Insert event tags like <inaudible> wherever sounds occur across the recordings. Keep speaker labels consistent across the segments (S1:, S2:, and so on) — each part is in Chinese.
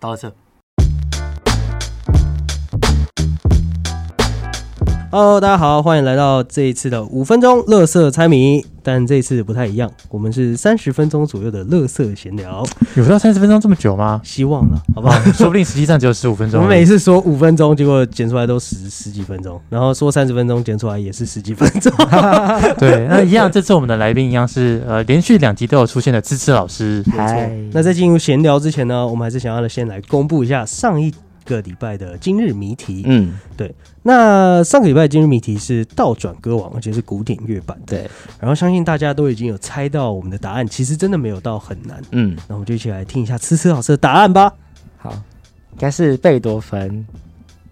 S1: 到这。
S2: Hello，大家好，欢迎来到这一次的五分钟乐色猜谜，但这一次不太一样，我们是三十分钟左右的乐色闲聊，
S3: 有到三十分钟这么久吗？
S2: 希望了，好不
S1: <laughs>
S3: 哇
S2: 好？，
S3: 说不定实际上只有十五分
S2: 我
S3: 钟而已。
S2: 们每次说五分钟，结果剪出来都十十几分钟，然后说三十分钟，剪出来也是十几分
S1: <laughs>
S2: 钟。
S1: 嗯
S3: 对，那一样，这次我们的来宾一样是呃，连续两集都有出现的芝芝老师。
S2: 没错。那在进入闲聊之前呢，我们还是想要先来公布一下上一个礼拜的今日谜题。
S1: 嗯，
S2: 那上个礼拜的今日谜题是倒转歌王，而且是古典乐版的。
S1: 对，
S2: 然后相信大家都已经有猜到我们的答案，其实真的没有到很难。
S1: 嗯，
S2: 那我们就一起来听一下思思老师的答案吧。
S1: 好，应该是贝多芬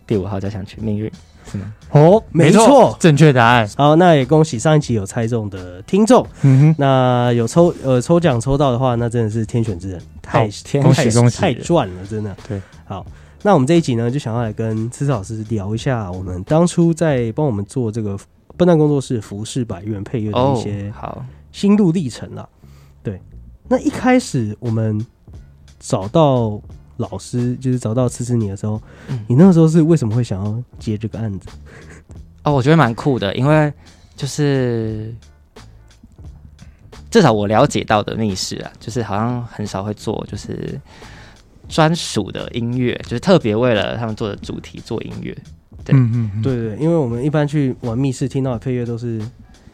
S1: 第五号交响曲《命运》是吗？
S2: 哦，没错。
S3: 正确答案。
S2: 好，那也恭喜上一期有猜中的听众。
S3: 嗯哼，
S2: 那有抽呃抽奖抽到的话，那真的是天选之人，太
S1: 天
S3: 恭
S2: 太
S3: 喜恭喜
S2: 太赚了，真的。
S3: 对，
S2: 好，那我们这一集呢，就想要来跟思思老师聊一下，我们当初在帮我们做这个笨蛋工作室服饰百元配乐的一
S3: 哦
S2: 些
S1: 哦好，
S2: 心路历程啦。对，那一开始我们找到老师，就是找到思思你的时候，
S1: 嗯
S2: 你那个时候是为什么会想要接这个案子？
S1: 哦，我觉得蛮酷的，因为就是至少我了解到的密室啊，就是好像很少会做，就是专属的音乐，就是特别为了他们做的主题做音乐。对
S3: 嗯嗯嗯，
S2: 对对对，因为我们一般去玩密室听到的配乐都是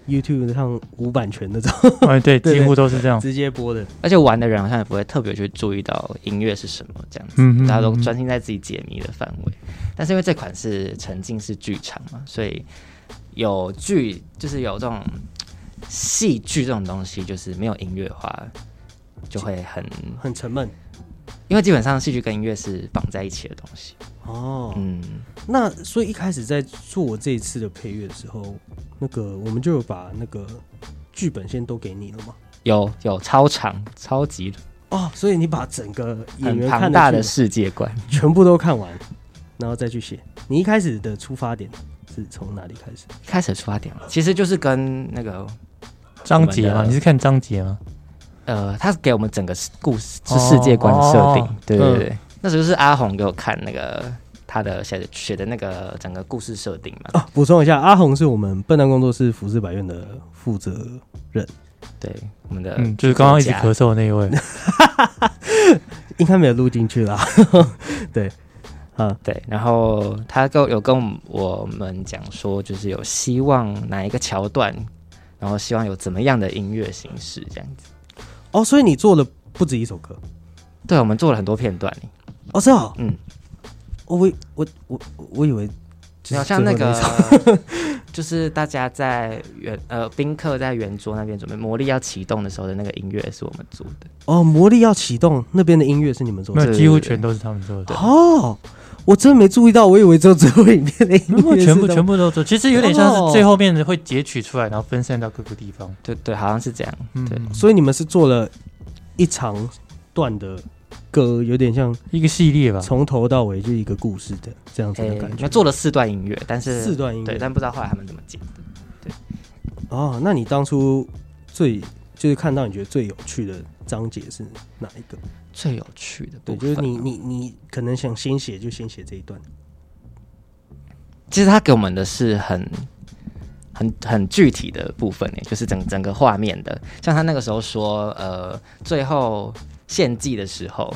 S2: YouTube 上无版权那种。
S3: 哎对，
S2: 对
S3: 几乎都是这
S2: <laughs>
S3: 样。
S2: 直接播的。
S1: 而且玩的人好像也不会特别去注意到音乐是什么这样子，
S3: 嗯哼
S1: 大家都专心在自己解谜的范围。但是因为这款是沉浸式剧场嘛，所以有剧就是有这种戏剧这种东西，就是没有音乐化就会很，
S2: 很沉闷
S1: 因为基本上戏剧跟音乐是绑在一起的东西。
S2: 哦。
S1: 嗯，
S2: 那所以一开始在做这一次的配乐的时候，那个我们就有把那个剧本先都给你了嘛。
S1: 有有超长、超级
S2: 哦，所以你把整个演
S1: 很
S2: 员
S1: 庞
S2: 看
S1: 大
S2: 的
S1: 的
S2: 剧
S1: 世界观。
S2: 本全部都看完，然后再去写。你一开始的出发点是从哪里开始？
S1: 开始的出发点嘛其实就是跟那个
S3: 章节
S1: 我
S3: 吗？
S1: 们的
S3: 啊你是看章节吗？
S1: 呃，他给我们整个世故事是
S3: 哦
S1: 世界观设定，
S3: 哦
S1: 对对对。嗯那时候是阿红给我看那个他的写的写的那个整个故事设定嘛，
S3: 哦
S2: 啊，补充一下，阿红是我们笨蛋工作室服饰百院的负责，
S1: 对我们的
S3: 嗯，就是刚刚一直
S1: 作
S3: 咳嗽的那一位。
S2: 应该没有录进去啦。对，啊，
S1: 家对，然后他跟有跟我们讲说，就是有希望哪一个桥段，然后希望有怎么样的音乐形式这样子。
S2: <laughs> 哦，所以你做了不止一首歌。
S1: 对，我们做了很多片段，
S2: 哦，是哦，
S1: 嗯，
S2: 哦我以我我我以为
S1: 没
S2: 就
S1: 有
S2: 是
S1: 像那
S2: 最后
S1: 个
S2: 一首
S1: <laughs> 就是大家在圆呃宾客在圆桌那边准备魔力要启动的时候的那个音乐是我们做的。
S2: 哦，魔力要启动那边的音乐是你们做
S3: 没
S2: 的
S3: 有，几乎全都是他们做的，
S2: 哦，我真没注意到，我以为只有最后一遍的音
S3: 如果
S2: 乐
S3: 全部
S2: 是他们
S3: 全部都做，其实有点像是最后面会截取出来，然后分散到各个地方。
S1: 对对，好像是这样。
S3: 嗯
S1: 对，
S2: 所以你们是做了一长段的歌，有点像
S3: 以一个系列吧。
S2: 从头到尾就一个故事的这样子的
S1: 诶
S2: 感
S1: 啊
S2: 觉。
S1: 哎那做了四段音乐，但是
S2: 四段音
S1: 对，
S2: 乐
S1: 但不知道后来他们怎么剪的。
S2: 哦，那你当初最就是看到你觉得最有趣的章节是哪一个？
S1: 最有趣的部
S2: 对，
S1: 分，
S2: 就是你你你可能想先写就先写这一段。
S1: 其实他给我们的是很很很具体的部分呢，就是整整个画面的。像他那个时候说，呃，最后献祭的时候，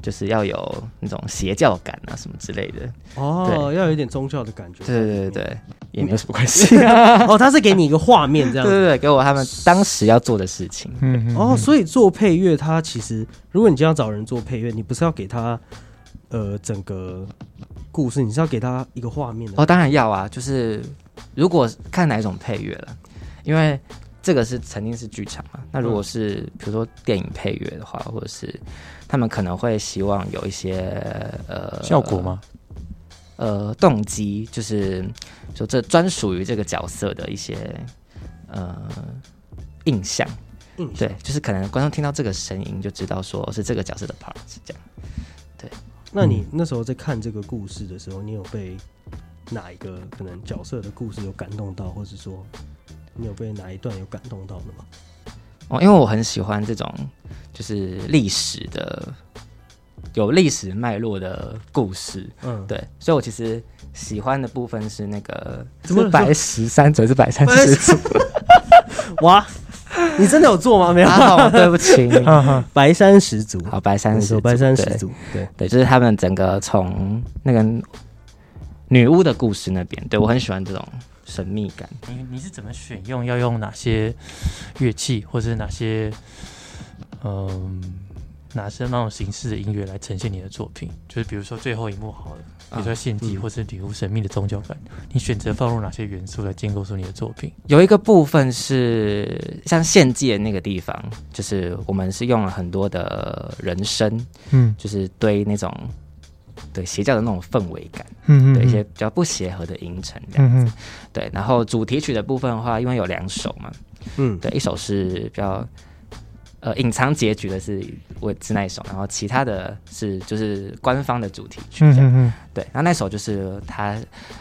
S1: 就是要有那种邪教感啊什么之类的。
S2: 哦，要有一点宗教的感觉。
S1: 对对对对，也没有什么关
S2: <laughs>
S1: 系、啊。
S2: 哦，他是给你一个画面
S1: 对
S2: 这样
S1: <laughs>
S2: 子。
S1: 对对，给我他们当时要做的事情。
S3: 嗯嗯
S2: 哦，所以做配乐，它其实如果你今天要找人做配乐，你不是要给他呃整个故事，你是要给他一个画面的。
S1: 哦，当然要啊，就是如果看哪一种配乐了，因为这个是曾经是剧场嘛。那如果是比如说电影配乐的话，或者是他们可能会希望有一些呃
S3: 效果吗？
S1: 呃动机，就是说这专属于这个角色的一些呃印象。
S2: 嗯，
S1: 对，就是可能观众听到这个声音就知道说是这个角色的 part 这样。
S2: 那你那时候在看这个故事的时候，你有被哪一个可能角色的故事有感动到，或是说你有被哪一段有感动到的吗？
S1: 哦，因为我很喜欢这种就是历史的有历史脉络的故事。
S2: 嗯，
S1: 对，所以我其实喜欢的部分是那个
S2: 怎么
S1: 是白十三组还是白三十组？
S2: 哇， <laughs> 你真的有做吗？没有，
S1: 啊， <laughs> 对不起，
S3: 哈哈，
S2: <laughs> 白山十足，
S1: 好白三
S2: 没
S1: 十
S2: 错，
S1: 组，
S2: 白山十
S1: 对
S2: 足，对，
S1: 对，就是他们整个从那个女巫的故事那边，对我很喜欢这种神秘感。
S3: 你你是怎么选用要用哪些乐器，或是哪些嗯哪些那种形式的音乐来呈现你的作品？就是比如说最后一幕好了，比如说献祭
S2: 嗯
S3: 或是女巫神秘的宗教感，你选择放入哪些元素来建构出你的作品？
S1: 有一个部分是像献祭的那个地方，就是我们是用了很多的人声，
S3: 嗯
S1: 就是对那种对邪教的那种氛围感，
S3: 嗯
S1: 对一些比较不协和的音程这样。
S3: 嗯
S1: 对，然后主题曲的部分的话，因为有两首嘛，
S2: 嗯，
S1: 对，一首是比较呃隐藏结局的是我是那一首，然后其他的是就是官方的主题曲这样。
S3: 嗯
S1: 对，然后那首就是他，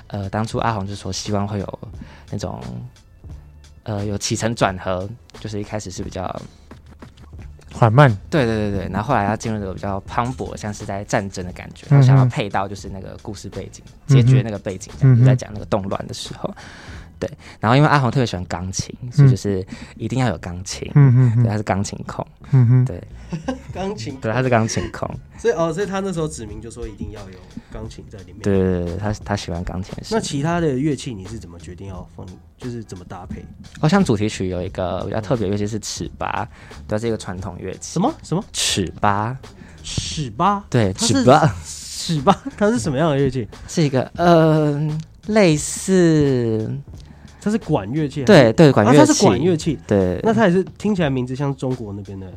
S1: 呃，当初阿红就说希望会有那种，呃，有起承转合，就是一开始是比较，
S3: 缓慢，
S1: 对对对对，然后后来要进入这个比较磅礴，像是在战争的感觉，
S3: 嗯
S1: 我
S3: 哼
S1: 想要配到就是那个故事背景，解决那个背景，这样
S3: 嗯哼
S1: 就在讲那个动乱的时候，对，然后因为阿红特别喜欢钢琴，所以就是一定要有钢琴，
S3: 嗯
S1: 对，他是钢琴控，
S3: 嗯哼
S1: 对
S2: 钢琴，
S1: 对，他是钢琴控，
S2: 所以哦，所以他那时候指明就说一定要有钢琴在里面。
S1: 对对对对，他他喜欢钢琴的事
S2: 那其他的乐器你是怎么决定要放，就是怎么搭配？
S1: 哦，像主题曲有一个比较特别的乐器是尺八，它是一个传统乐器。
S2: 什么什么
S1: 尺八？
S2: 尺八？
S1: 对，
S2: 它是
S1: 尺八
S2: 尺八， <laughs> 它是什么样的乐器？
S1: 是一个呃类似
S2: 它是管乐器还是？
S1: 对对管乐器，
S2: 啊，它是管乐器。
S1: 对，
S2: 那它也是听起来名字像中国那边的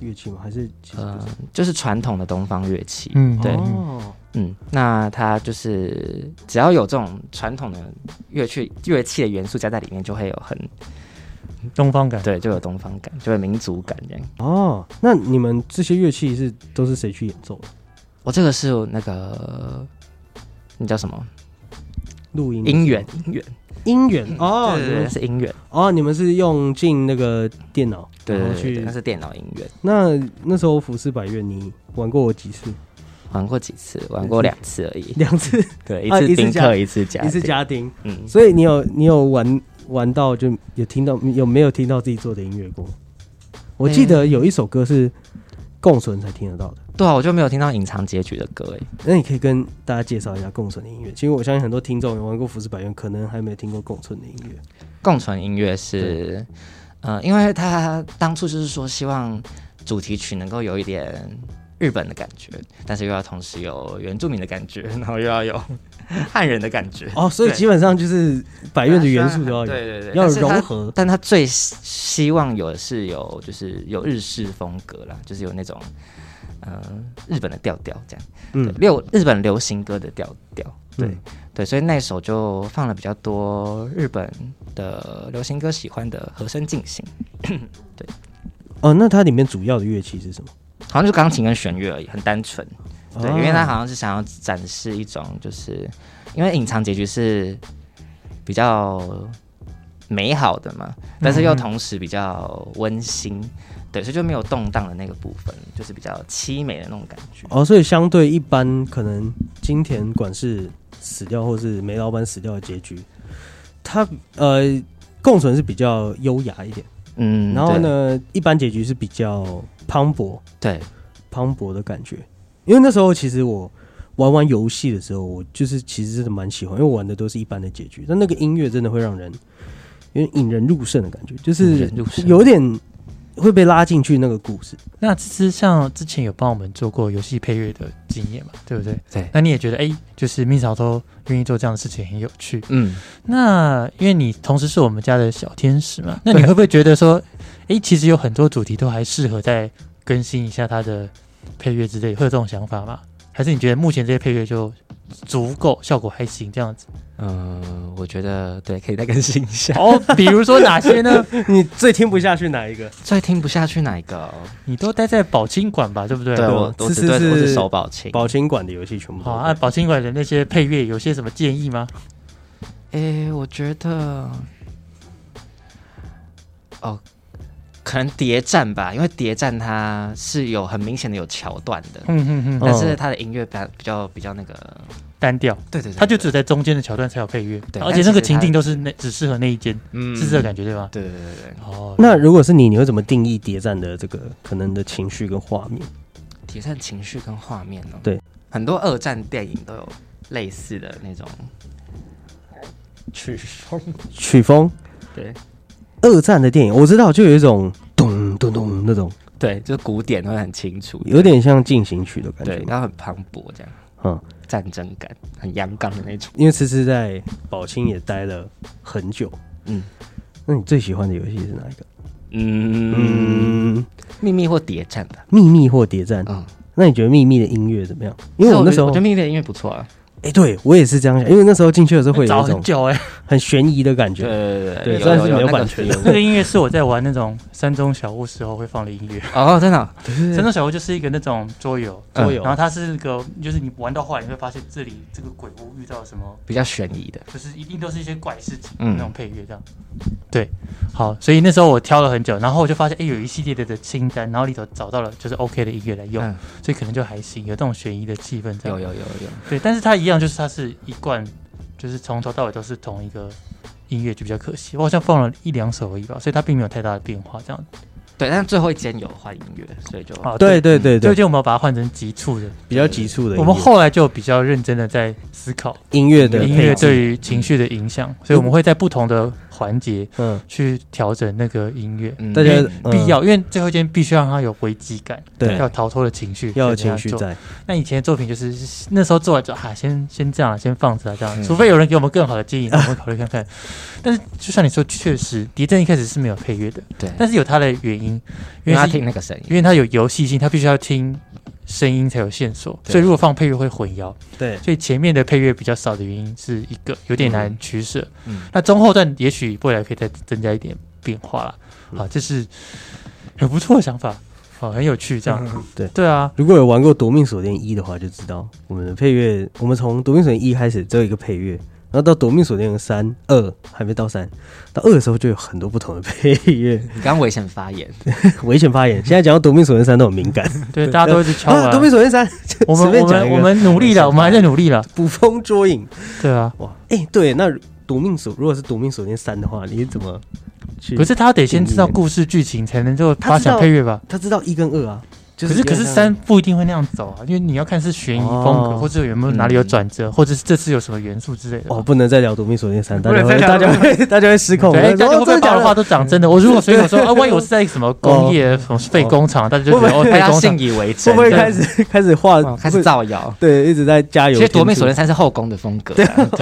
S2: 乐器吗？还是其实不
S1: 呃
S2: 是？
S1: 就是传统的东方乐器。
S3: 嗯
S1: 对
S2: 哦，
S1: 嗯，那它就是只要有这种传统的乐器乐器的元素加在里面，就会有很
S3: 东方感。
S1: 对，就有东方感，就有民族感这样。
S2: 哦，那你们这些乐器是都是谁去演奏的？
S1: 我这个是那个那叫什么
S2: 录音的
S1: 音源音源
S2: 音源哦，
S1: 嗯对
S2: 你
S1: 对对
S2: 们
S1: 是音源，
S2: 哦，你们是用进那个电脑，
S1: 对
S2: 然
S1: 对
S2: 后
S1: 对对，
S2: 去
S1: 那是电脑音源，
S2: 那那时候《浮世百乐》你玩过我
S1: <laughs>
S2: 几次？
S1: 玩过几次，玩过两次而已。
S2: 两次，
S1: 对，一
S2: 啊一
S1: 次
S2: 次
S1: 宾
S2: 家
S1: 客，一次家，
S2: 一次，家庭。
S1: 嗯，
S2: 所以你有你有玩玩到就有听到有没有听到自己做的音乐过？我记
S1: 嗯
S2: 得有一首歌是共存才听得到的，
S1: 对啊，我就没有听到隐藏结局的歌哎。
S2: 那你可以跟大家介绍一下共存的音乐。其实我相信很多听众有玩过《浮世百乐》，可能还没有听过共存的音乐。
S1: 共存音乐是，呃，因为他当初就是说希望主题曲能够有一点日本的感觉，但是又要同时有原住民的感觉， <laughs> 然后又要
S2: <laughs>
S1: 有汉人的感觉，
S2: 哦，所以
S1: 对
S2: 基本上就是百乐的元素都要有，
S1: 对对对，
S2: 要
S1: 但是它
S2: 融合。
S1: 但他最希希望有的是有就是有日式风格啦，就是有那种呃日本的调调这样，
S2: 嗯
S1: 对，流日本流行歌的调调，对、
S2: 嗯
S1: 对，所以那首就放了比较多日本的流行歌喜欢的和声进行，
S2: 哦，那它里面主要的乐器是什么？
S1: 好像就是钢琴跟弦乐而已，很单纯，对，
S2: 哦
S1: 因为他好像是想要展示一种就是因为隐藏结局是比较美好的嘛，但是又同时比较温馨，对，所以就没有动荡的那个部分，就是比较凄美的那种感觉。
S2: 哦，所以相对一般，可能金田管事死掉，或是梅老板死掉的结局，他呃共存是比较优雅一点，
S1: 嗯，
S2: 然后呢，一般结局是比较磅礴
S1: 对？
S2: 磅礴的感觉。因为那时候其实我玩玩游戏的时候，我就是其实真的蛮喜欢，因为我玩的都是一般的结局，但那个音乐真的会让人有点引人入胜的感觉，就
S1: 引
S2: 是
S1: 人入胜
S2: 有点会被拉进去那个故事。
S3: 那其实像之前有帮我们做过游戏配乐的经验嘛，对不对？
S1: 对对，
S3: 那你也觉得，哎、就是蜜桃都愿意做这样的事情很有趣。
S1: 嗯，
S3: 那因为你同时是我们家的小天使嘛，那你会不会觉得说，哎、其实有很多主题都还适合再更新一下它的配乐之类，会有这种想法吗？还是你觉得目前这些配乐就足够，效果还行这样子？
S1: 呃，我觉得对，可以再更新一下。
S3: <laughs> 哦，比如说哪些呢？
S2: <laughs> 你最听不下去哪一个？
S1: 最听不下去哪一个哦？
S3: 你都待在宝清馆吧，对不对？
S1: 对我，
S2: 对
S1: 我只
S2: 是
S1: 对
S2: 是
S1: 我只
S2: 是
S1: 手保琴。
S2: 宝琴馆的游戏全部都
S3: 好
S2: 会
S3: 啊，宝清馆的那些配乐有些什么建议吗？
S1: 诶，我觉得，哦，可能谍战吧，因为谍战它是有很明显的有桥段的，
S3: 嗯嗯嗯，
S1: 但是它的音乐比较比较比较那个，
S3: 单调，
S1: 对对对，
S3: 它就只
S1: 对
S3: 有在中间的桥段才有配乐，
S1: 对
S3: 而且那个情
S1: 但其实
S3: 境
S1: 它
S3: 都是那只适合那一间，
S1: 嗯
S3: 是这个感觉对吧？
S1: 对对对对对，
S3: 哦，
S2: 那如果是你，你会怎么定义谍战的这个可能的情绪跟画面？
S1: 体现情绪跟画面哦。
S2: 对，
S1: 很多二战电影都有类似的那种曲风。
S2: 曲风，
S1: 对
S2: 二战的电影我知道，就有一种咚咚咚那种，
S1: 对，就是古典会很清楚，
S2: 有点像进行曲的感觉
S1: 对，
S2: 嘛。
S1: 然后很磅礴这样，
S2: 嗯，
S1: 战争感很阳刚的那种。
S2: 因为这次在宝清也待了很久，
S1: 嗯
S2: 那你最喜欢的游戏是哪一个？
S1: 嗯，
S2: 嗯，
S1: 秘密或谍战吧。
S2: 秘密或谍战？
S1: 嗯，
S2: 那你觉得秘密的音乐怎么样？因为我那时候
S1: 我觉得，秘密的音乐不错啊。
S2: 哎，对我也是这样想，因为那时候进去的时候会有
S3: 找
S2: 一
S3: 很
S2: 种
S3: 久哎，
S2: 很悬疑的感
S1: 对
S2: 觉。
S1: 对对
S2: 对
S1: 对，
S2: 虽然是没有
S1: 那个
S2: 版权的
S1: 有
S3: 那个音乐是我在玩那种山中小屋时候会放的音
S1: <laughs>
S3: 乐。
S1: <laughs> 哦，真的哦
S3: 山中小屋就是一个那种桌游，
S1: 嗯
S2: 桌游
S3: 然后它是一个，就是你玩到后来你会发现这里这个鬼屋遇到什么，
S1: 比较悬疑的。
S3: 就是一定都是一些怪事情，
S1: 嗯
S3: 那种配乐这样。对，好，所以那时候我挑了很久，然后我就发现，哎，有一系列的的清单，然后里头找到了就是 OK 的音乐来用，
S1: 嗯
S3: 所以可能就还行，有这种悬疑的气氛在。
S1: 有有有有，
S3: 对，但是它一样，就是它是一贯，就是从头到尾都是同一个音乐，就比较可惜。我好像放了一两首而已吧，所以它并没有太大的变化。这样
S1: 对，但是最后一间有换音乐，所以就
S3: 啊，
S2: 哦对，对对
S3: 最
S2: 对，
S3: 近我们要把它换成急促的，
S2: 比较急促的音乐。
S3: 我们后来就比较认真的在思考
S2: 音乐的
S3: 音
S2: 配嗯
S3: 乐
S2: 置
S3: 对于情绪的影响，所以我们会在不同的环节
S2: 嗯，
S3: 去调整那个音乐。
S1: 嗯
S2: 大家嗯
S3: 必要，因为最后一件必须让它有危机感，
S2: 对
S3: 要逃脱的情绪，
S2: 要有
S3: 才能
S2: 情绪
S3: 做
S2: 在。
S3: 那以前的作品就是那时候做完就啊，先先这样了，先放着啊，这样，
S1: 嗯
S3: 除非有人给我们更好的建议，我们会考 <laughs> 虑看看。但是就像你说，确实，敌阵一开始是没有配乐的，
S1: 对，
S3: 但是有它的原因，
S1: 因为
S3: 因
S1: 他
S3: 为是
S1: 听那个声音
S3: 因，为它有游戏性，它必须要听声音才有线索，
S1: 对
S3: 所以如果放配乐会混淆，
S2: 对，
S3: 所以前面的配乐比较少的原因是一个有点难取舍。
S1: 嗯
S3: 那中后段也许未来可以再增加一点变化啦。
S2: 嗯
S3: 啊，这是很不错的想法，哦，很有趣，这样、
S2: 嗯对
S3: 对啊，
S2: 如果有玩过《夺命锁链一》的话，就知道我们的配乐，我们从《夺命锁链一》开始只有一个配乐，然后到《夺命锁链三》二还没到三，到二的时候就有很多不同的配
S3: <laughs>
S2: 乐。啊
S1: 你刚刚危险发言，
S2: 危险发言，现在讲到《夺命锁链三》都很敏感
S3: 对，大家都一直敲
S2: 啊，《
S3: 完。
S2: 夺命锁链三》
S3: 我
S2: 随
S3: 们
S2: 便
S3: 我
S2: 讲一
S3: 们
S2: 个
S3: 我们努力了，我们还在努力了。
S2: 捕风捉影，
S3: 对啊，
S2: 哇，哎、对，那《夺命锁》如果是《夺命锁链三》的话，你怎么去？
S3: 可是他得先知道故事剧情，才能够发
S2: 嗯他知
S3: 想
S2: 道
S3: 配乐吧？
S2: 他知道一跟二啊，就
S3: 可是可是三不一定会那样走啊，因为你要看是悬疑风格，
S2: 哦
S3: 或者有没有哪里有转折，或者是这次有什么元素之类的吧。
S2: 哦，不能再聊《夺命锁链三》，大家
S3: 不能
S2: 会
S3: 再
S2: 大
S3: 聊
S2: 家会大家会失控。
S3: <laughs> 对，哎
S2: 我说
S3: 大家会不会把我的话？都讲真的？我如果随口说啊，万一我是在什么工业什么废工厂，大家就觉得哦，
S1: 大
S3: 废
S1: 家
S3: 工厂 <laughs>
S1: 信以为
S2: 真的
S1: 真，
S2: 会不会
S1: 对
S2: 开始开始画
S1: 哦开始？造谣？
S2: 对，一直在加油
S1: 其
S2: 添
S1: 实《
S2: 醋。
S1: 夺命锁链三》是后宫的风格啊，
S2: <laughs>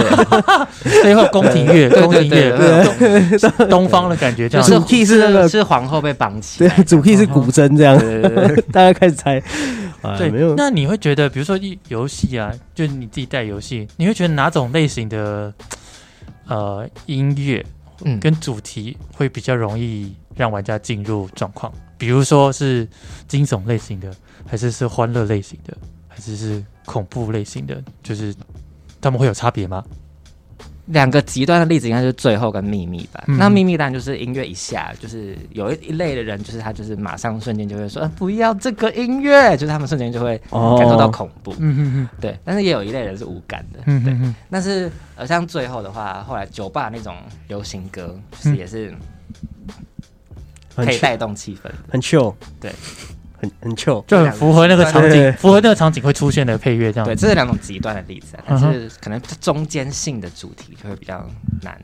S1: 对，
S3: 最后宫廷乐、
S1: 对
S3: 宫廷
S1: 对
S3: 乐、 <laughs> 东方的感觉
S1: 就
S3: 这样。
S1: 是
S2: 主题是那个
S1: 是皇后被绑起
S2: 对
S1: 来，
S2: 主 key 是古筝这样，
S1: 哦对对对对
S2: <laughs> 大家开始猜。啊，
S3: 对
S2: 没有，，
S3: 那你会觉得，比如说一游戏啊，就是你自己带游戏，你会觉得哪种类型的呃音乐
S1: 嗯，
S3: 跟主题会比较容易让玩家进入状况？比如说是惊悚类型的，还是是欢乐类型的，还是是恐怖类型的？就是他们会有差别吗？
S1: 两个极端的例子应该就是最后跟秘密吧。
S3: 嗯
S1: 那秘密当然就是音乐一下，就是有一一类的人，就是他就是马上瞬间就会说、呃不要这个音乐，就是他们瞬间就会
S2: 哦
S1: 感受到恐怖。
S3: 嗯嗯
S1: 对，但是也有一类人是无感的，
S3: 嗯
S1: 对。
S3: 嗯
S1: 但是呃，像最后的话，后来酒吧那种流行歌，就是
S3: 嗯
S1: 也是
S2: 很
S1: 可以
S2: chill，
S1: 带动气氛。
S2: 很 chill，
S1: 对，
S2: 很很 chill。
S3: 就很符合那个场
S2: 对
S3: 景，符合那个场景会出现的配乐这样。
S1: 对，这是两种极端的例子、啊，但
S3: 嗯哼
S1: 是可能中间性的主题就会比较难，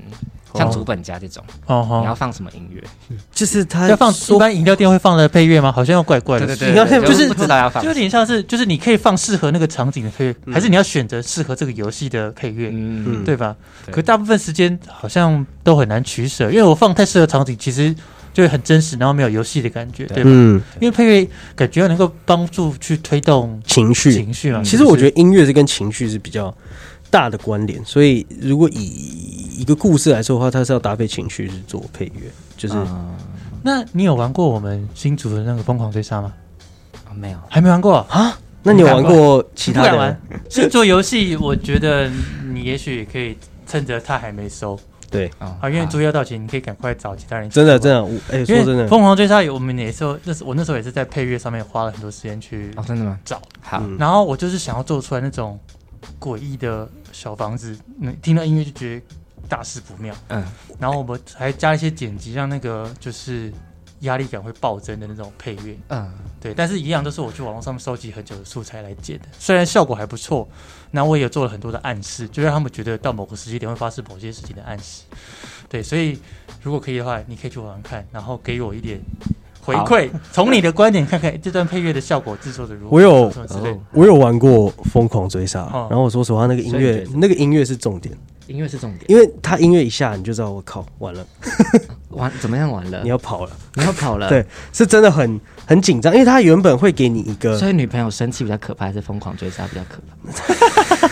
S1: 像
S2: 哦
S1: 主本家这种，
S3: 哦
S1: 你要
S3: 吼，
S1: 放什么音乐？
S2: 就是他
S3: 要放一
S2: 说，
S3: 般饮料店会放的配乐吗？好像要怪怪的。
S2: 你要先
S1: 就是不知道要放
S3: 就有，点像是，就是你可以放适合那个场景的配乐，还是你要选择适合这个游戏的配乐，
S1: 嗯，
S3: 对吧？
S1: 对
S3: 可大部分时间好像都很难取舍，因为我放太适合场景，其实就会很真实，然后没有游戏的感觉，
S1: 对
S3: 对吧？
S2: 嗯，
S3: 因为配乐感觉能够帮助去推动
S2: 情绪。
S3: 情绪嘛。
S1: 嗯
S2: 其实我觉得音乐是跟情绪是比较大的关联，所以如果以一个故事来说的话，它是要搭配情绪去做配乐，就是
S1: 嗯，
S3: 就是，那你有玩过我们新竹的那个《疯狂追杀》吗？
S1: 哦没有，
S3: 还没玩过啊？
S2: 那你有玩过其
S3: 不
S2: 他
S3: 敢
S2: 的
S3: 玩？新竹游戏，我觉得你也许可以趁着它还没收，
S2: 对，
S1: 哦
S3: 啊，因为
S1: 好
S3: 注意要到前，你可以赶快找其他人一起
S2: 真的
S3: 做
S2: 真
S3: 啊。
S2: 的，我哎、
S3: 因为
S2: 说真的，
S3: 《疯狂追杀》我们也是有，那是我那时候也是在配乐上面花了很多时间
S2: 啊
S3: 去
S1: 哦，真的吗？
S3: 找，
S1: 好，
S2: 嗯
S3: 然后我就是想要做出来那种诡异的小房子，能听到音乐就觉得大事不妙。
S1: 嗯，
S3: 然后我们还加了一些剪辑，让那个就是压力感会暴增的那种配乐。
S1: 嗯，
S3: 对，但是一样都是我去网络上面收集很久的素材来剪的，虽然效果还不错，那我也做了很多的暗示，就让他们觉得到某个时间点会发生某些事情的暗示。对，所以如果可以的话，你可以去玩玩看，然后给我一点回馈，从你的观点看看这段配乐的效果制作的如何，
S2: 我有
S3: 什么之类的。
S1: 哦
S2: 我有玩过《疯狂追杀》
S3: 哦
S2: 然后我说实话，那个音
S1: 所以
S2: 乐
S1: 你觉
S2: 那个音乐是重点，
S1: 音乐是重点，
S2: 因为它音乐一下你就知道我靠完了，
S1: 玩怎么样玩
S3: 嗯
S1: 了？
S2: 你要跑了，
S1: 你要跑了，
S2: 对是真的很很紧张，因为它原本会给你一个
S1: 所以女朋友生气比较可怕，还是疯狂追杀比较可
S2: <laughs>
S1: 怕？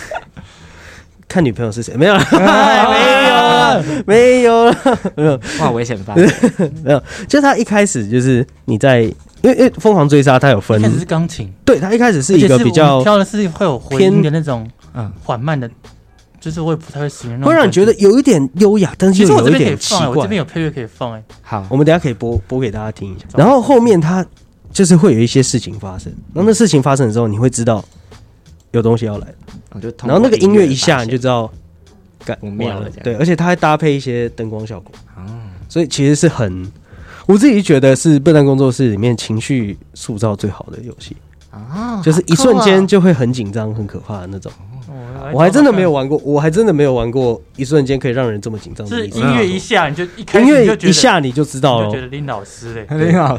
S2: 看女朋友是谁，没
S3: <laughs>
S2: 有了，啊没有了，没有了，没有，
S1: 哇，危险发言，
S2: 没有，就是他一开始就是你在，因为因为疯狂追杀它有分
S3: 一，开始是钢琴，
S2: 对，它一开始是
S3: 而且
S2: 一个
S3: 是
S2: 比
S3: 我
S2: 较
S3: 们挑的是会有回音的那种
S1: 嗯，
S3: 缓慢的，就是我也不太会形容那种
S2: 会
S3: 感，
S2: 让你觉得有一点优雅，但是
S3: 其实
S2: 又
S3: 我这
S2: 有一
S3: 边可以
S2: 点奇
S3: 放、欸，我这
S2: 怪
S3: 边。有配乐可以放哎、
S1: 好，
S2: 我们等一下可以播播给大家听一下。然后后面它就是会有一些事情发生，然后那事情发生的时候，你会知道有东西要来，
S1: 我就通
S2: 然后那个
S1: 过音
S2: 音
S1: 乐
S2: 乐一下你就知道，干
S1: 我灭了
S2: 完
S1: 这样
S2: 对，而且它还搭配一些灯光效果，
S1: 发现哦，
S2: 所以其实是很，我自己觉得是笨蛋工作室里面情绪塑造最好的游戏，
S1: 啊
S2: 就是一瞬间就会很紧张、很可怕的那种。
S3: 我
S2: 哦
S1: 啊
S2: 我还真的没有玩过，我还真的没有玩过一瞬间可以让人这么紧张的
S3: 是
S2: 游戏
S3: 音乐
S1: 嗯
S3: 一下你就一开
S2: 音
S3: 始你
S2: 乐
S3: 就觉得
S2: 一下哦你就知道
S3: 你就觉
S2: 了。
S3: 得林老师欸嘞，
S1: 很好，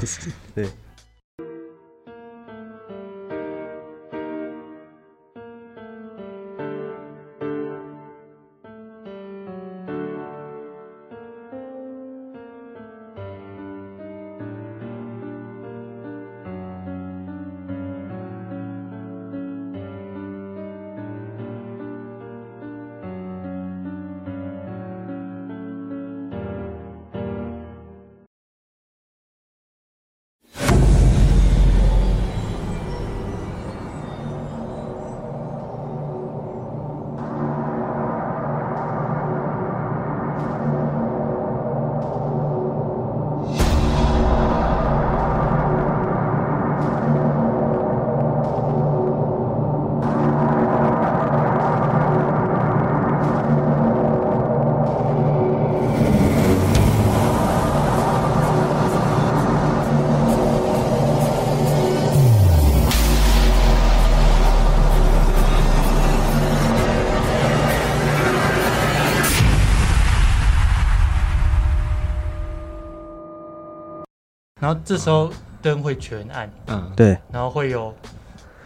S3: 然后这时候灯会全暗，
S1: 嗯，
S2: 对
S3: 然后会有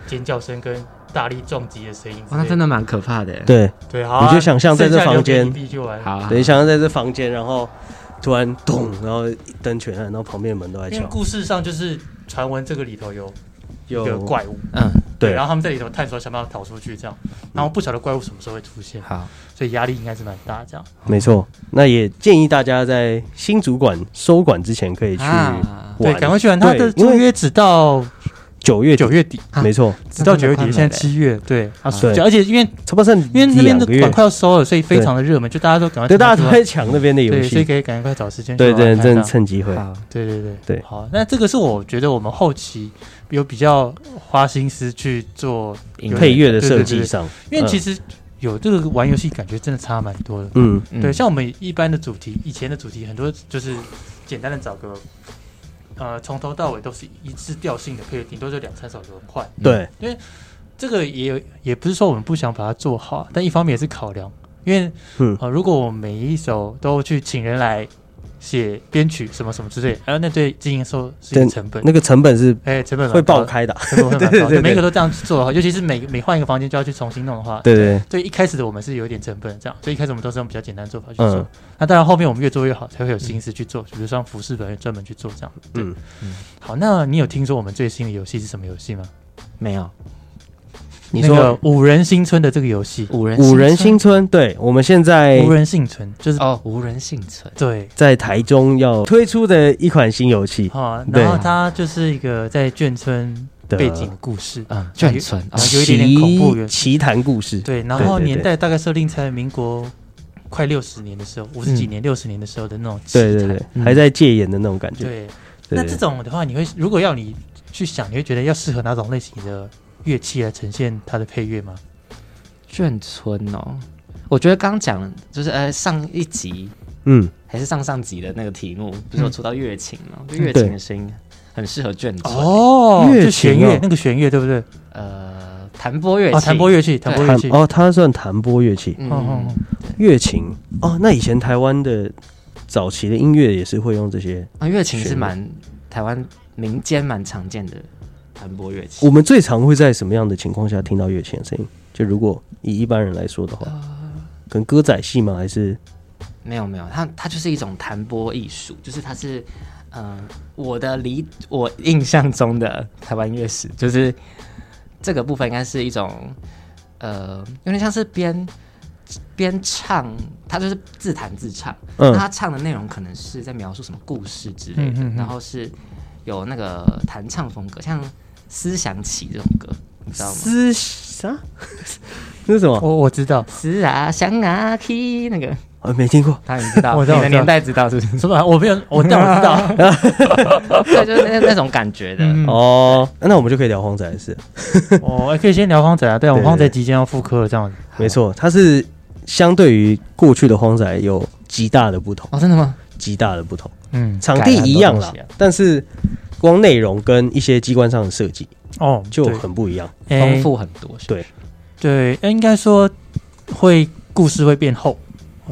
S3: 尖叫声跟大力撞击的声音之类。
S1: 哦哇，那真的蛮可怕的，，
S2: 对，
S3: 对，好啊、
S2: 你就想象在这
S3: 剩下留
S2: 房间
S3: 给你弟去玩，
S1: 好啊，
S2: 对，想象在这房间，然后突然咚，然后灯全暗，然后旁边的门都在
S3: 因为
S2: 敲，
S3: 故事上就是传闻这个里头有一个怪物，
S1: 嗯，
S2: 对啊
S3: 然后他们在里头探索，想办法逃出去，这样，然后不晓得怪物什么时候会出现，
S1: 好，
S3: 所以压力应该是蛮大，这样。
S2: 没错。那也建议大家在新主管收管之前可以去
S1: 啊
S3: 对，
S2: 玩，
S3: 赶快去玩，它的
S2: 对因
S3: 租
S2: 为
S3: 约直到
S2: 九月
S3: 九
S2: 底，
S3: 月底，
S1: 啊
S2: 没错，
S3: 直到
S1: 那真的
S3: 九月
S1: 快
S3: 底，
S1: 没
S3: 现在
S1: 嘞
S3: 七月，对啊，暑
S2: 对
S3: 假，而且因为
S2: 差不多剩
S3: 因为那边
S2: 两
S3: 的
S2: 个月
S3: 款，快要收了，所以非常的热门，就大家都赶快
S2: 对，大家
S3: 去
S2: 都
S3: 玩
S2: 在抢那边的游
S3: 对，所以
S2: 戏，
S3: 可以赶快找时间去
S2: 对
S3: 玩
S2: 对，
S3: 看啊
S2: 趁
S3: 看
S2: 趁机会。
S1: 好，
S3: 对对对
S2: 对
S3: 好，那这个是我觉得我们后期有比较花心思去做，
S1: 音
S2: 配乐的设计上，
S3: 因为其
S2: 实
S3: 实有这个玩游戏感觉真的差蛮多的。
S2: 嗯，
S1: 嗯
S3: 对，像我们一般的主题，以前的主题很多就是简单的找个。呃，从头到尾都是一致调性的配乐，顶多就两三首轮换。
S2: 对，
S3: 这个也有，也不是说我们不想把它做好，但一方面也是考量，因为
S2: 嗯，
S3: 啊，如果我每一首都去请人来写编曲什么什么之类，还有那对经营收是一个
S2: 对
S3: 成本，
S2: 那个成本是
S3: 哎、成本蛮
S2: 会爆
S3: 高的，
S2: 开的，
S3: 成
S2: <laughs>
S3: 本会蛮
S2: 对
S3: 高
S2: 对
S3: 的。
S2: 对
S3: 每一个都这样做的话，尤其是每每换一个房间就要去重新弄的话，
S2: 对对
S3: 对一开始的我们是有一点成本这样，所以一开始我们都是用比较简单的做法去做。
S2: 嗯
S3: 那当然后面我们越做越好，才会有心思去做，比如像服饰本专门去做这样。对
S2: 嗯，
S3: 好，那你有听说我们最新的游戏是什么游戏吗？
S1: 没有，
S2: 你
S3: 那个
S2: 说
S3: 五人新村的这个游戏，
S1: 五人
S2: 五人
S1: 村
S2: 新村，对，我们现在
S3: 无人幸存，
S2: 啊
S3: 就是、
S1: 哦，无人幸存，
S3: 对。
S2: 在台中要推出的一款新游戏
S3: 啊，
S2: 对
S3: 然后它就是一个在眷村
S2: 的
S3: 背景的故事，
S1: 嗯，眷村
S3: 哦
S1: 啊
S3: 然，后有一点点恐怖元
S2: 奇奇谈故事，
S3: 对，然
S2: 对
S3: 后
S2: 对
S3: 年代大概设定在民国快六十年的时候，五十几年、六十年的时候的那种
S2: 嗯
S3: 气
S2: 对对
S3: 态
S2: 对，
S1: 嗯
S2: 还在戒严的那种感觉。
S3: 对。
S2: 对
S3: 那这种的话，你会如果要你去想，你会觉得要适合哪种类型的乐器来呈现它的配乐吗？
S1: 眷村哦，我觉得刚讲就是呃上一集
S2: 嗯，
S1: 还是上上集的那个题目，不是有出到乐琴吗？
S3: 嗯
S1: 就乐
S2: 对
S1: 琴的声音很适合眷村、
S3: 哦
S2: 乐
S3: 就弦
S2: 琴哦
S3: 乐那个弦乐对不对？
S1: 呃，弹拨乐器，
S3: 哦，弹拨乐器，弹拨乐
S2: 弹
S3: 器。
S2: 哦，它算弹拨乐器，
S1: 嗯，
S3: 哦哦
S1: 嗯，
S3: 哦
S2: 乐琴哦。那以前台湾的早期的音乐也是会用这些，
S1: 啊，乐琴是
S2: 弦乐
S1: 蛮台湾民间蛮常见的弹拨乐器
S2: 我。们最常会在什么样的情况下听到乐琴的声音？就如果以一般人来说的话，
S3: 呃
S2: 可能歌仔戏吗？还是
S1: 没有没有，它它就是一种弹拨艺术，就是它是，嗯、我的理我印象中的台湾乐史，就是这个部分应该是一种，呃，有点像是边边唱，它就是自弹自唱，那、
S2: 嗯
S1: 他唱的内容可能是在描述什么故事之类的，
S3: 嗯嗯嗯
S1: 然后是有那个弹唱风格，像《思想起》这种歌，你知道吗？
S2: 思啥？ <laughs> 那是什么？
S3: 啊我我知 <laughs> 道，
S1: 思啊想啊起那个，
S2: 啊，没听过。
S1: 他你知道，
S3: 我知道
S1: 你
S3: 我
S1: 的
S3: 知道
S1: 年代知道是不是？
S3: 什么？我没有，我但我知道。
S1: <laughs> 对，就是那那种感觉的。
S3: <laughs> 嗯
S2: 哦，那我们就可以聊荒仔的事。
S3: 哦，哎可以先聊荒仔啊，对啊，我
S2: 对
S3: 们荒仔即将要复刻了，这样子。
S2: 没错，它是相对于过去的荒仔有极大的不同，
S1: 哦，真的吗？
S2: 极大的不同。
S3: 嗯，
S2: 场地一样
S1: 改了很
S2: 啦
S1: 多东西啊，
S2: 但是光内容跟一些机关上的设计
S3: 哦，
S2: 就
S3: 对
S2: 很不一样。
S3: 哎
S1: 丰富很多，是
S2: 对
S3: 对，哎应该说会故事会变厚，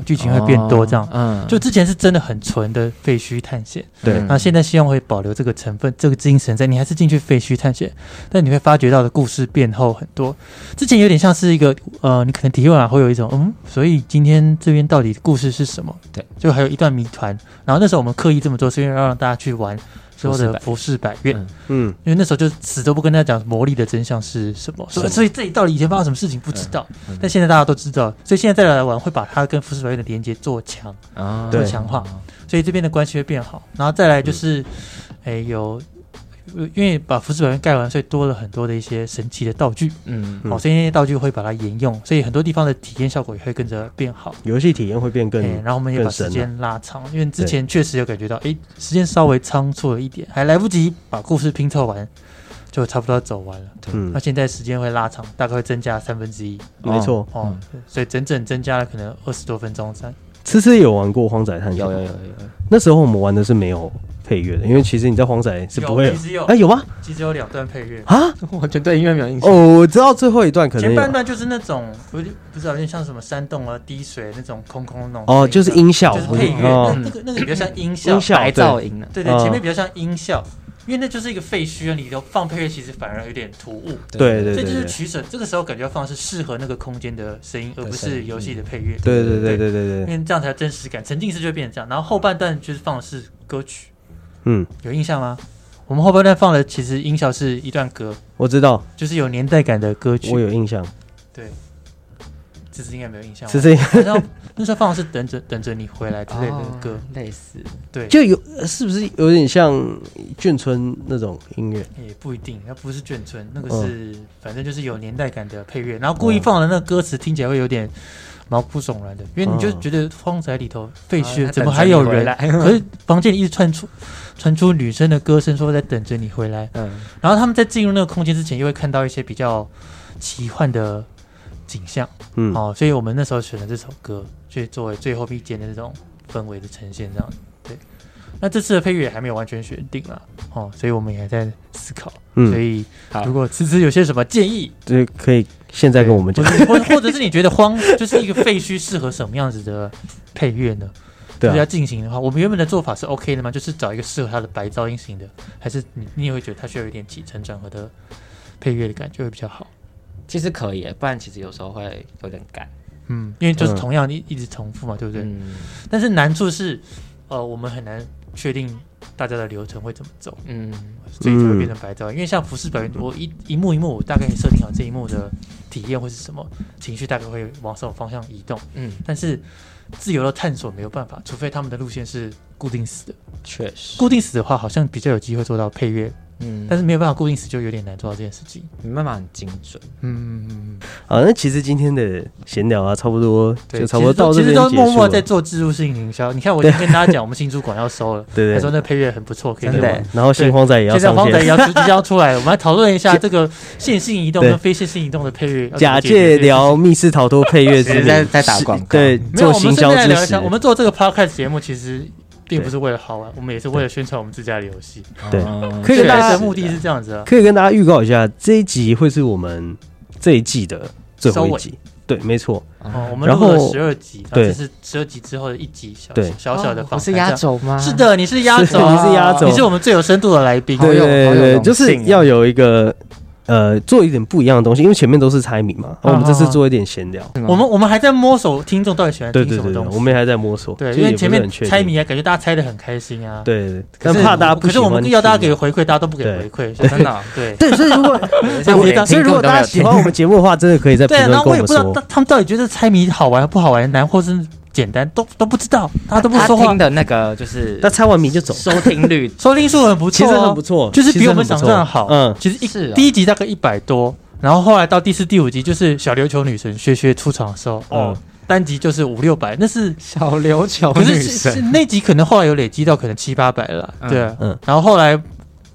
S3: 剧情会变多，这样。
S1: 哦嗯，
S3: 就之前是真的很纯的废墟探险，
S2: 对
S1: 嗯
S3: 那现在希望会保留这个成分、这个精神在，你还是进去废墟探险，但你会发觉到的故事变厚很多。之前有点像是一个呃，你可能提问啊，会有一种嗯，所以今天这边到底故事是什么？
S1: 对，
S3: 就还有一段谜团。然后那时候我们刻意这么做，是因为要让大家去玩之后的服饰百院，
S1: 嗯
S2: 嗯，
S3: 因为那时候就死都不跟大家讲魔力的真相是什么，所以
S1: 是
S3: 所以这里到底以前发生什么事情不知道，
S1: 嗯
S3: 但现在大家都知道，所以现在再来玩会把它跟服饰百院的连接做强。
S1: 啊
S2: 对
S1: 会
S3: 强化所以这边的关系会变好。然后再来就是，
S2: 嗯
S3: 诶，有呃因为把服饰表面盖完，所以多了很多的一些神奇的道具，
S1: 嗯
S2: 嗯
S3: 哦，所以那些道具会把它沿用，所以很多地方的体验效果也会跟着变好。
S2: 游戏体验会变更
S3: 诶，然后我们也把
S2: 更啊
S3: 时
S2: 深
S3: 间拉长，因为之前确实有感觉到，诶，时间稍微仓促了一点，还来不及把故事拼凑完，就差不多走完了。
S2: 嗯
S3: 那，现在时间会拉长，大概会增加三分之一
S2: 没错。
S3: 哦，所以整整增加了可能二十多分钟三。
S2: 思思有玩过荒仔探险，
S1: 有有有有有，
S2: 那时候我们玩的是没有配乐的，因为其实你在荒仔是不会
S3: 有其实有
S2: 哎有吗？
S3: 其实有两段配乐，
S2: 啊
S1: 我觉得对音乐没有印象。
S2: 哦，我知道最后一段可能
S3: 前
S2: 有
S3: 半段就是那种，我就不知道，有点像什么山洞啊、滴水那种空空那种。啊
S2: 哦，就是音效
S3: 就是配乐，
S2: 哦
S3: 那那个那个比较像音效
S2: 音，效
S1: 白噪音啊呢？
S3: 对对，
S2: 嗯
S3: 前面比较像音效，因为那就是一个废墟啊，里头放配乐其实反而有点突兀，
S2: 对对
S3: 所
S2: 对
S3: 以就
S2: 对
S3: 是取舍。这个时候感觉要放的是适合那个空间的声音，而不
S1: 声
S3: 是
S1: 音
S3: 游戏的配乐。
S2: 对对对对对
S3: 因
S2: 对，
S3: 为这样才有真实感，沉浸式就会变成这样。然后后半段就是放的是歌曲，
S2: 嗯，
S3: 有印象吗？我们后半段放的其实音效是一段歌，
S2: 我知道，
S3: 就是有年代感的歌曲。
S2: 我有印象，
S3: 对，这次应该没有印象吧。
S2: 思思
S3: 好像那时候放的是等着等着你回来之类的歌，
S1: 哦类似，
S3: 对，
S2: 就有是不是有点像眷村那种音乐？
S3: 也不一定，那不是眷村，那个
S2: 嗯
S3: 是、反正就是有年代感的配乐，然后故意放的那个歌词听起来会有点毛骨悚然的，因为你就
S2: 嗯
S3: 觉得荒宅里头废
S1: 啊
S3: 墟
S1: 他
S3: 怎
S1: 等
S3: 么
S1: 着
S3: 还有
S1: 你回
S3: 人？
S1: <laughs> 来
S3: 可是房间里一直传出传出女生的歌声，说在等着你回来。
S1: 嗯，
S3: 然后他们在进入那个空间之前，又会看到一些比较奇幻的景象。
S2: 嗯，
S3: 哦，所以我们那时候选了这首歌，去作为最后必见的这种氛围的呈现，这样对。那这次的配乐也还没有完全选定啊，哦，所以我们也还在思考。
S2: 嗯
S3: 所以
S1: 好
S3: 如果思思有些什么建议，
S2: 这可以现在跟我们讲
S3: 或，者或者或者是你觉得荒就是一个废墟适合什么样子的配乐呢？
S2: 对
S3: 就是要
S2: 啊，
S3: 进行的话，我们原本的做法是 OK 的吗？就是找一个适合它的白噪音型的，还是你你也会觉得它需要有一点起承转合的配乐的感觉会比较好？
S1: 其实可以耶，不然其实有时候会有点干。
S3: 嗯，因为就是
S2: 嗯
S3: 同样一一直重复嘛，对不对？
S1: 嗯
S3: 但是难处是，呃，我们很难确定大家的流程会怎么走，
S1: 嗯，
S3: 所以才会变成白噪音。因为像服饰表演，我一一幕一幕，我大概设定好这一幕的体验会是什么，情绪大概会往什么方向移动。
S1: 嗯，
S3: 但是自由的探索没有办法，除非他们的路线是固定死的。
S1: 确实，
S3: 固定死的话，好像比较有机会做到配乐
S1: 嗯，
S3: 但是没有办法固定死就有点难做到这件事情。
S1: 没办法很精准。
S3: 嗯嗯嗯，
S2: 好，那其实今天的闲聊啊，差不多
S3: 对，
S2: 就差不多到这
S3: 其实
S2: 边
S3: 都
S2: 结
S3: 默
S2: 束
S3: 默
S2: 了。
S3: 在做自助性营销。你看，我已经跟大家讲，我们新主管要收了，
S2: 对
S3: 他
S2: 对对
S3: 说那配乐很不错，可以
S1: 真
S3: 给
S1: 的
S3: 我
S1: 欸
S3: 们。
S2: 然后新荒仔也要
S3: 现在
S2: 上
S3: 荒仔也
S2: 线，
S3: 要
S2: <laughs>
S3: 出即将讨来，我们来讨论一下
S2: 假
S3: 这个线性移动
S2: 对
S3: 跟非线性移动的配乐。
S2: 假借
S3: 聊，
S2: 聊密室逃脱配乐之
S1: 其实
S2: 名，
S1: 在在打广告
S2: 对，
S3: 没有，
S2: 做
S3: 我们
S2: 行
S3: 现
S2: 销
S3: 在来
S2: 之
S3: 聊一
S2: 实
S3: 下，。我们做这个 podcast 节目其实并不是为了好玩，我们也是为了宣传我们自家的游戏。
S2: 对
S1: 哦
S2: 可以跟
S3: 最
S2: 大
S3: 大
S2: 家
S3: 的目的是这样子啊，
S2: 可以跟大家预告一下，这一集会是我们这一季的最后一集。对，没错，
S3: 哦，我
S1: 哦
S3: 们录
S2: 然
S3: 了
S2: 后
S3: 十二集，然后
S2: 对
S3: 这是十二集之后的一集小
S2: 对
S3: 小小的访
S1: 哦我
S3: 谈，
S1: 是啊压
S3: 这样。
S1: 轴吗？
S3: 是，的，你是压
S2: 是
S3: 轴，
S2: 你是压轴
S3: 你是我们最有深度的来宾。
S1: 好
S2: 对
S1: 有
S2: 对
S1: 好有
S2: 对，
S1: 荣
S2: 就是
S1: 幸啊
S2: 要有一个呃，做一点不一样的东西，因为前面都是猜谜嘛，
S3: 啊
S2: 然后我们这次做一点闲聊。
S3: 我们我们还在摸索听众到底喜欢
S2: 对
S3: 听
S2: 对
S3: 什
S2: 对，
S3: 么
S2: 对
S3: 东西。
S2: 我们也还在摸索，
S3: 对，
S2: 所
S3: 因
S2: 以
S3: 为
S2: 也
S3: 前
S2: 不是
S3: 面
S2: 很确
S3: 猜
S2: 定。
S3: 谜啊，感觉大家猜的很开心啊。，
S2: 对对，对
S1: 可
S2: 但
S1: 是
S2: 怕大家不
S3: 可是
S2: 喜
S3: 我
S2: 欢
S3: 们要大家
S2: 听
S3: 给回馈，大家都不给
S2: 对 <laughs>
S3: 回馈，所以
S1: 真的哦，
S3: 啊对。
S2: 对，所以如果
S1: 像我连
S2: 所
S1: 听
S2: 以如
S1: 众
S2: 果
S1: 都
S2: 大
S1: 没
S2: 家
S1: 有
S2: 喜
S1: 听
S2: 欢我们节目的话，真的可以在评
S3: 对，然
S2: 论
S3: 后
S2: 跟
S3: 我
S2: 我
S3: 也不
S2: 们
S3: 知道
S2: 说
S3: 他。他们到底觉得猜谜好玩不好玩，难或是简单，都都不知道，大家都不
S1: 他
S3: 说话
S1: 听。的那个就是
S2: 那猜完谜就走，
S1: 收听率
S3: 收听数很不
S2: 其
S3: 错
S2: 实很
S3: 啊
S2: 不，错，
S3: 就是
S2: 其
S3: 比
S2: 实
S3: 我们
S2: 很不
S3: 想
S2: 错
S3: 象好。
S2: 嗯，
S3: 其实一
S1: 是哦
S3: 第一集大概一百多，然后后来到第四、第五集就是小琉球女神薛薛出场的时候，哦
S2: 嗯，
S3: 单集就是五六百，那是
S1: <laughs> 小琉
S2: 哦
S1: 球
S3: 可
S1: 女
S3: 是是是
S1: 神，
S3: 那集可能后来有累积到可能七八百了啦，
S1: 嗯
S3: 对啊，
S2: 嗯
S3: 然后后来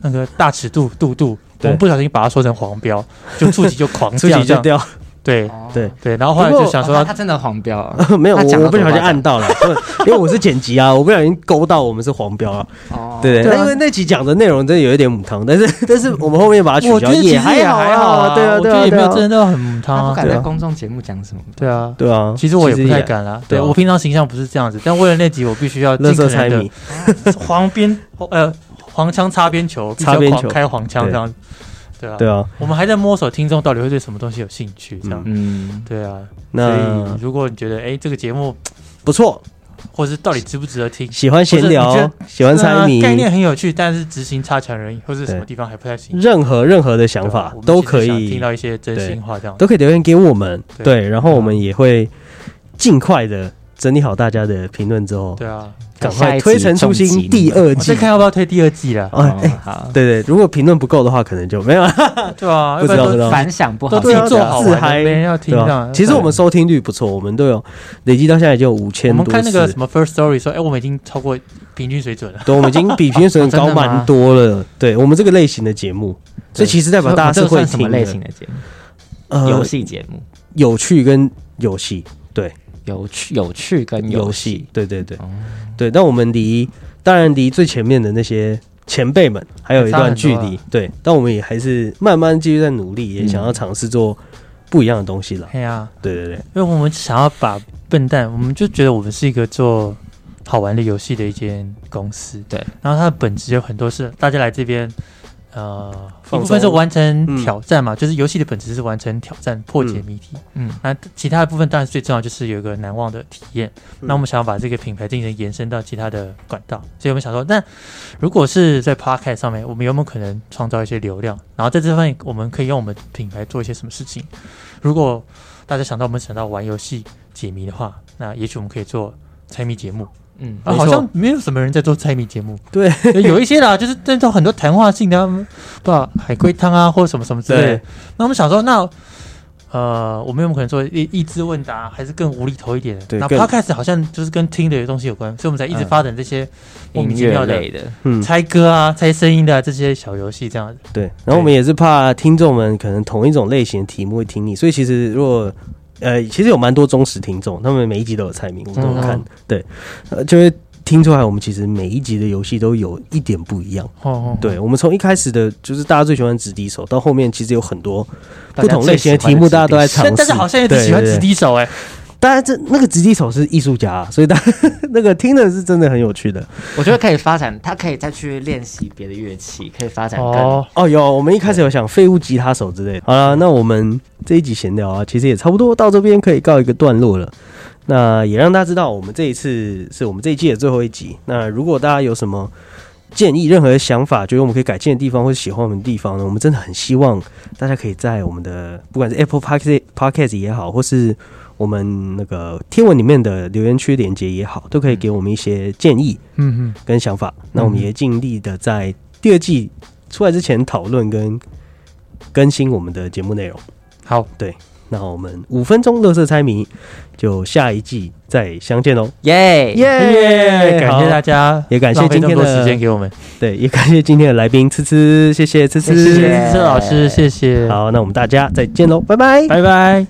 S3: 那个大尺度杜杜，我
S2: 对
S3: 们不小心把它说成黄标，就触及
S2: <laughs>
S3: 就狂
S2: 出
S3: 降
S2: 题就
S3: 这样，
S2: 掉，哦
S3: 对
S2: 对
S3: 对，然后后来就想
S1: 哦
S3: 说
S1: 他，真的黄标啊
S2: <laughs> 没有，我
S1: 他讲到
S2: 我不小
S1: 多夸
S2: 心
S1: 张
S2: 按到了， <laughs> 因为我是剪辑啊，我不小心勾到我们是黄标啊，
S1: 哦，
S2: 对
S3: 对
S2: 对，
S3: 啊
S2: 因为那集讲的内容真的有一点母汤，但是但是我们后面把它取
S3: 我觉
S2: 消
S3: 得其实
S2: 还
S3: 还好
S2: 啊，对啊
S3: 我觉
S2: 对啊
S3: 得也没
S2: 对
S3: 有真
S2: 啊，
S3: 的到很母汤
S1: 他不
S3: 啊，
S1: 敢
S2: 对
S1: 在
S2: 啊
S1: 公众节目讲什么，
S3: 对啊。
S2: 对啊，
S3: 其实我也不太敢啦，
S2: 对
S3: 对
S2: 啊
S3: 我平常形象不是这样子，但为了那集，我必须要
S2: 乐
S3: 尽
S2: 色
S3: 可
S2: 猜
S3: 能的
S2: 谜，
S3: <laughs> 黄边呃黄腔擦边球，必须要
S2: 擦边
S3: 狂
S2: 球
S3: 开黄腔
S2: 对
S3: 这样，对啊，
S2: 对啊，
S3: 我们还在摸索听众到底会对什么东西有兴趣，这样，
S1: 嗯，
S3: 对啊，所
S2: 那
S3: 以如果你觉得哎、诶这个节目
S2: 不错，
S3: 或者是到底值不值得听，
S2: 喜欢闲
S3: 或者你
S2: 聊
S3: 觉，
S2: 喜欢猜
S3: 呃
S2: 谜，
S3: 概念很有趣，但是执行差强人意，或者是什么
S2: 对
S3: 地方还不太行，
S2: 任何任何的想
S3: 对啊
S2: 法
S3: 我们
S2: 都
S3: 其实
S2: 可
S3: 想听
S2: 以
S3: 到一些真心话这样。
S2: 都可以留言给我们，
S3: 对
S2: 对，然后我们也会尽快的整理好大家的评论之后，
S3: 对啊，
S2: 赶
S1: 下
S2: 快
S1: 一集
S2: 推陈出
S1: 重
S2: 新
S1: 击
S2: 第二
S3: 我
S2: 季
S3: 再。看要不要推第二季啦。
S2: 哦，哎
S1: 哦好，
S2: 对对，如果评论不够的话，可能就没
S3: <laughs>
S2: 有了。
S3: 对啊，要
S2: 不知
S3: 然
S2: 道
S3: 都
S2: 哦不知道
S1: 反响不好，
S3: 都
S2: 啊
S3: 自己做好玩
S2: 自
S3: 的，
S2: 嗨
S3: 没人要听
S2: 对
S3: 这
S2: 吧
S3: 样？
S2: 其实我们收听率不错，我们都有累积到现在已经有五千
S3: 我
S2: 多
S3: 们
S2: 次。
S3: 看那个什么 First Story 说，哎，我们已经超过平均水准了。 <laughs>
S2: 对，我们已经比平均水
S1: <laughs> 哦
S2: 准
S1: 真的
S2: 高
S1: 吗
S2: 蛮多了。对我们这个类型的节目，所以其实代表大家
S1: 这
S2: 是
S1: 个
S2: 会
S1: 算什么
S2: 听
S1: 类型
S2: 的。
S1: 的节目？游
S2: 呃，
S1: 戏节目，
S2: 有趣跟游戏，
S1: 有趣有趣跟
S2: 游
S1: 游
S2: 戏
S1: 戏，，
S2: 对对对
S1: 哦
S2: 对。但我们离当然离最前面的那些前辈们还有一段距
S3: 还差很
S2: 离
S3: 多，
S2: 对。但我们也还是慢慢继续在努力，也
S1: 嗯
S2: 想要尝试做不一样的东西了。
S3: 哎呀，
S2: 对对对，
S3: 因为我们想要把笨蛋，我们就觉得我们是一个做好玩的游戏的一间公司，
S1: 对。
S3: 然后它的本质有很多是大家来这边，呃，嗯一
S2: 放松
S3: 部分是完成挑战嘛，就是游戏的本质是完成挑战、破解谜题。
S1: 嗯，
S3: 那其他的部分当然最重要就是有一个难忘的体验。
S2: 嗯
S3: 那我们想要把这个品牌进行延伸到其他的管道，所以我们想说，那如果是在 Podcast 上面，我们有没有可能创造一些流量？然后在这方面，我们可以用我们品牌做一些什么事情？如果大家想到我们想到玩游戏解谜的话，那也许我们可以做猜谜节目
S1: 嗯，
S3: 啊，
S2: 没错
S3: 好像没有什么人在做猜谜节目，
S2: 对，
S3: 有一些啦，就是但都很多谈话性 <laughs> 的啊，不知道海龟汤啊，或者什么什么之类的
S2: 对。
S3: 那我们想说，那呃，我们有没有可能做益益智问答，还是更无厘头一点的？
S2: 对
S3: 那
S2: 更
S3: podcast 好像就是跟听的东西有关，所以我们才一直
S1: 嗯
S3: 发展这些莫名
S1: 音
S3: 其
S1: 乐
S3: 妙的
S1: 类的，
S2: 嗯，
S3: 猜歌啊、猜声音的、啊、这些小游戏这样子。
S2: 对，然后我们也是怕听众们可能同一种类型的题目会听腻，所以其实如果呃，其实有蛮多忠实听众，他们每一集都有猜谜，我们都有看，
S3: 嗯
S2: 对，呃，就会听出来我们其实每一集的游戏都有一点不一样。
S3: 哦哦，
S2: 对，我们从一开始的就是大家最喜欢直敌手，到后面其实有很多
S1: 大
S2: 不
S1: 家
S2: 同
S1: 最
S2: 类型的
S1: 喜欢
S2: 题目，
S1: 的
S2: 大家都在
S1: 直
S2: 尝
S3: 但
S2: 试。
S3: 但是好像也只喜欢
S2: 对
S3: 直，敌手哎、
S2: 当然这那个直敌手是艺术家、啊所以大家 <laughs> 那个听的是真的很有趣的。
S1: 我觉得可以发展，他可以再去练习别的乐器，可以发展更
S3: 哦，
S2: 哦，有，我们一开始有想废物吉他手之类的。好了，那我们这一集闲聊啊，其实也差不多到这边可以告一个段落了。那也让大家知道，我们这一次是我们这一季的最后一集。那如果大家有什么建议、任何的想法，觉得我们可以改进的地方，或者喜欢我们的地方呢，我们真的很希望大家可以在我们的不管是 Apple Podcast Podcast 也好，或是我们那个贴文里面的留言区连接也好，都可以给我们一些建议。
S3: 嗯嗯，
S2: 跟想法。那我们也尽力的在第二季出来之前讨论跟更新我们的节目内容。
S3: 好，
S2: 那我们五分钟乐色猜谜，就下一季再相见喽！
S1: 耶、
S2: 耶
S3: 哎感谢大
S2: 家，
S3: 家，
S2: 也感谢
S3: 浪费
S2: 今
S3: 这么
S2: 天
S3: 多
S2: 的
S3: 时间给我们，
S2: 对，也感谢今天的来宾吃吃，谢谢吃
S1: 谢
S2: 吃。
S3: 谢谢老师，谢谢，
S2: 好，那我们大家再见喽，拜拜。
S3: 拜拜。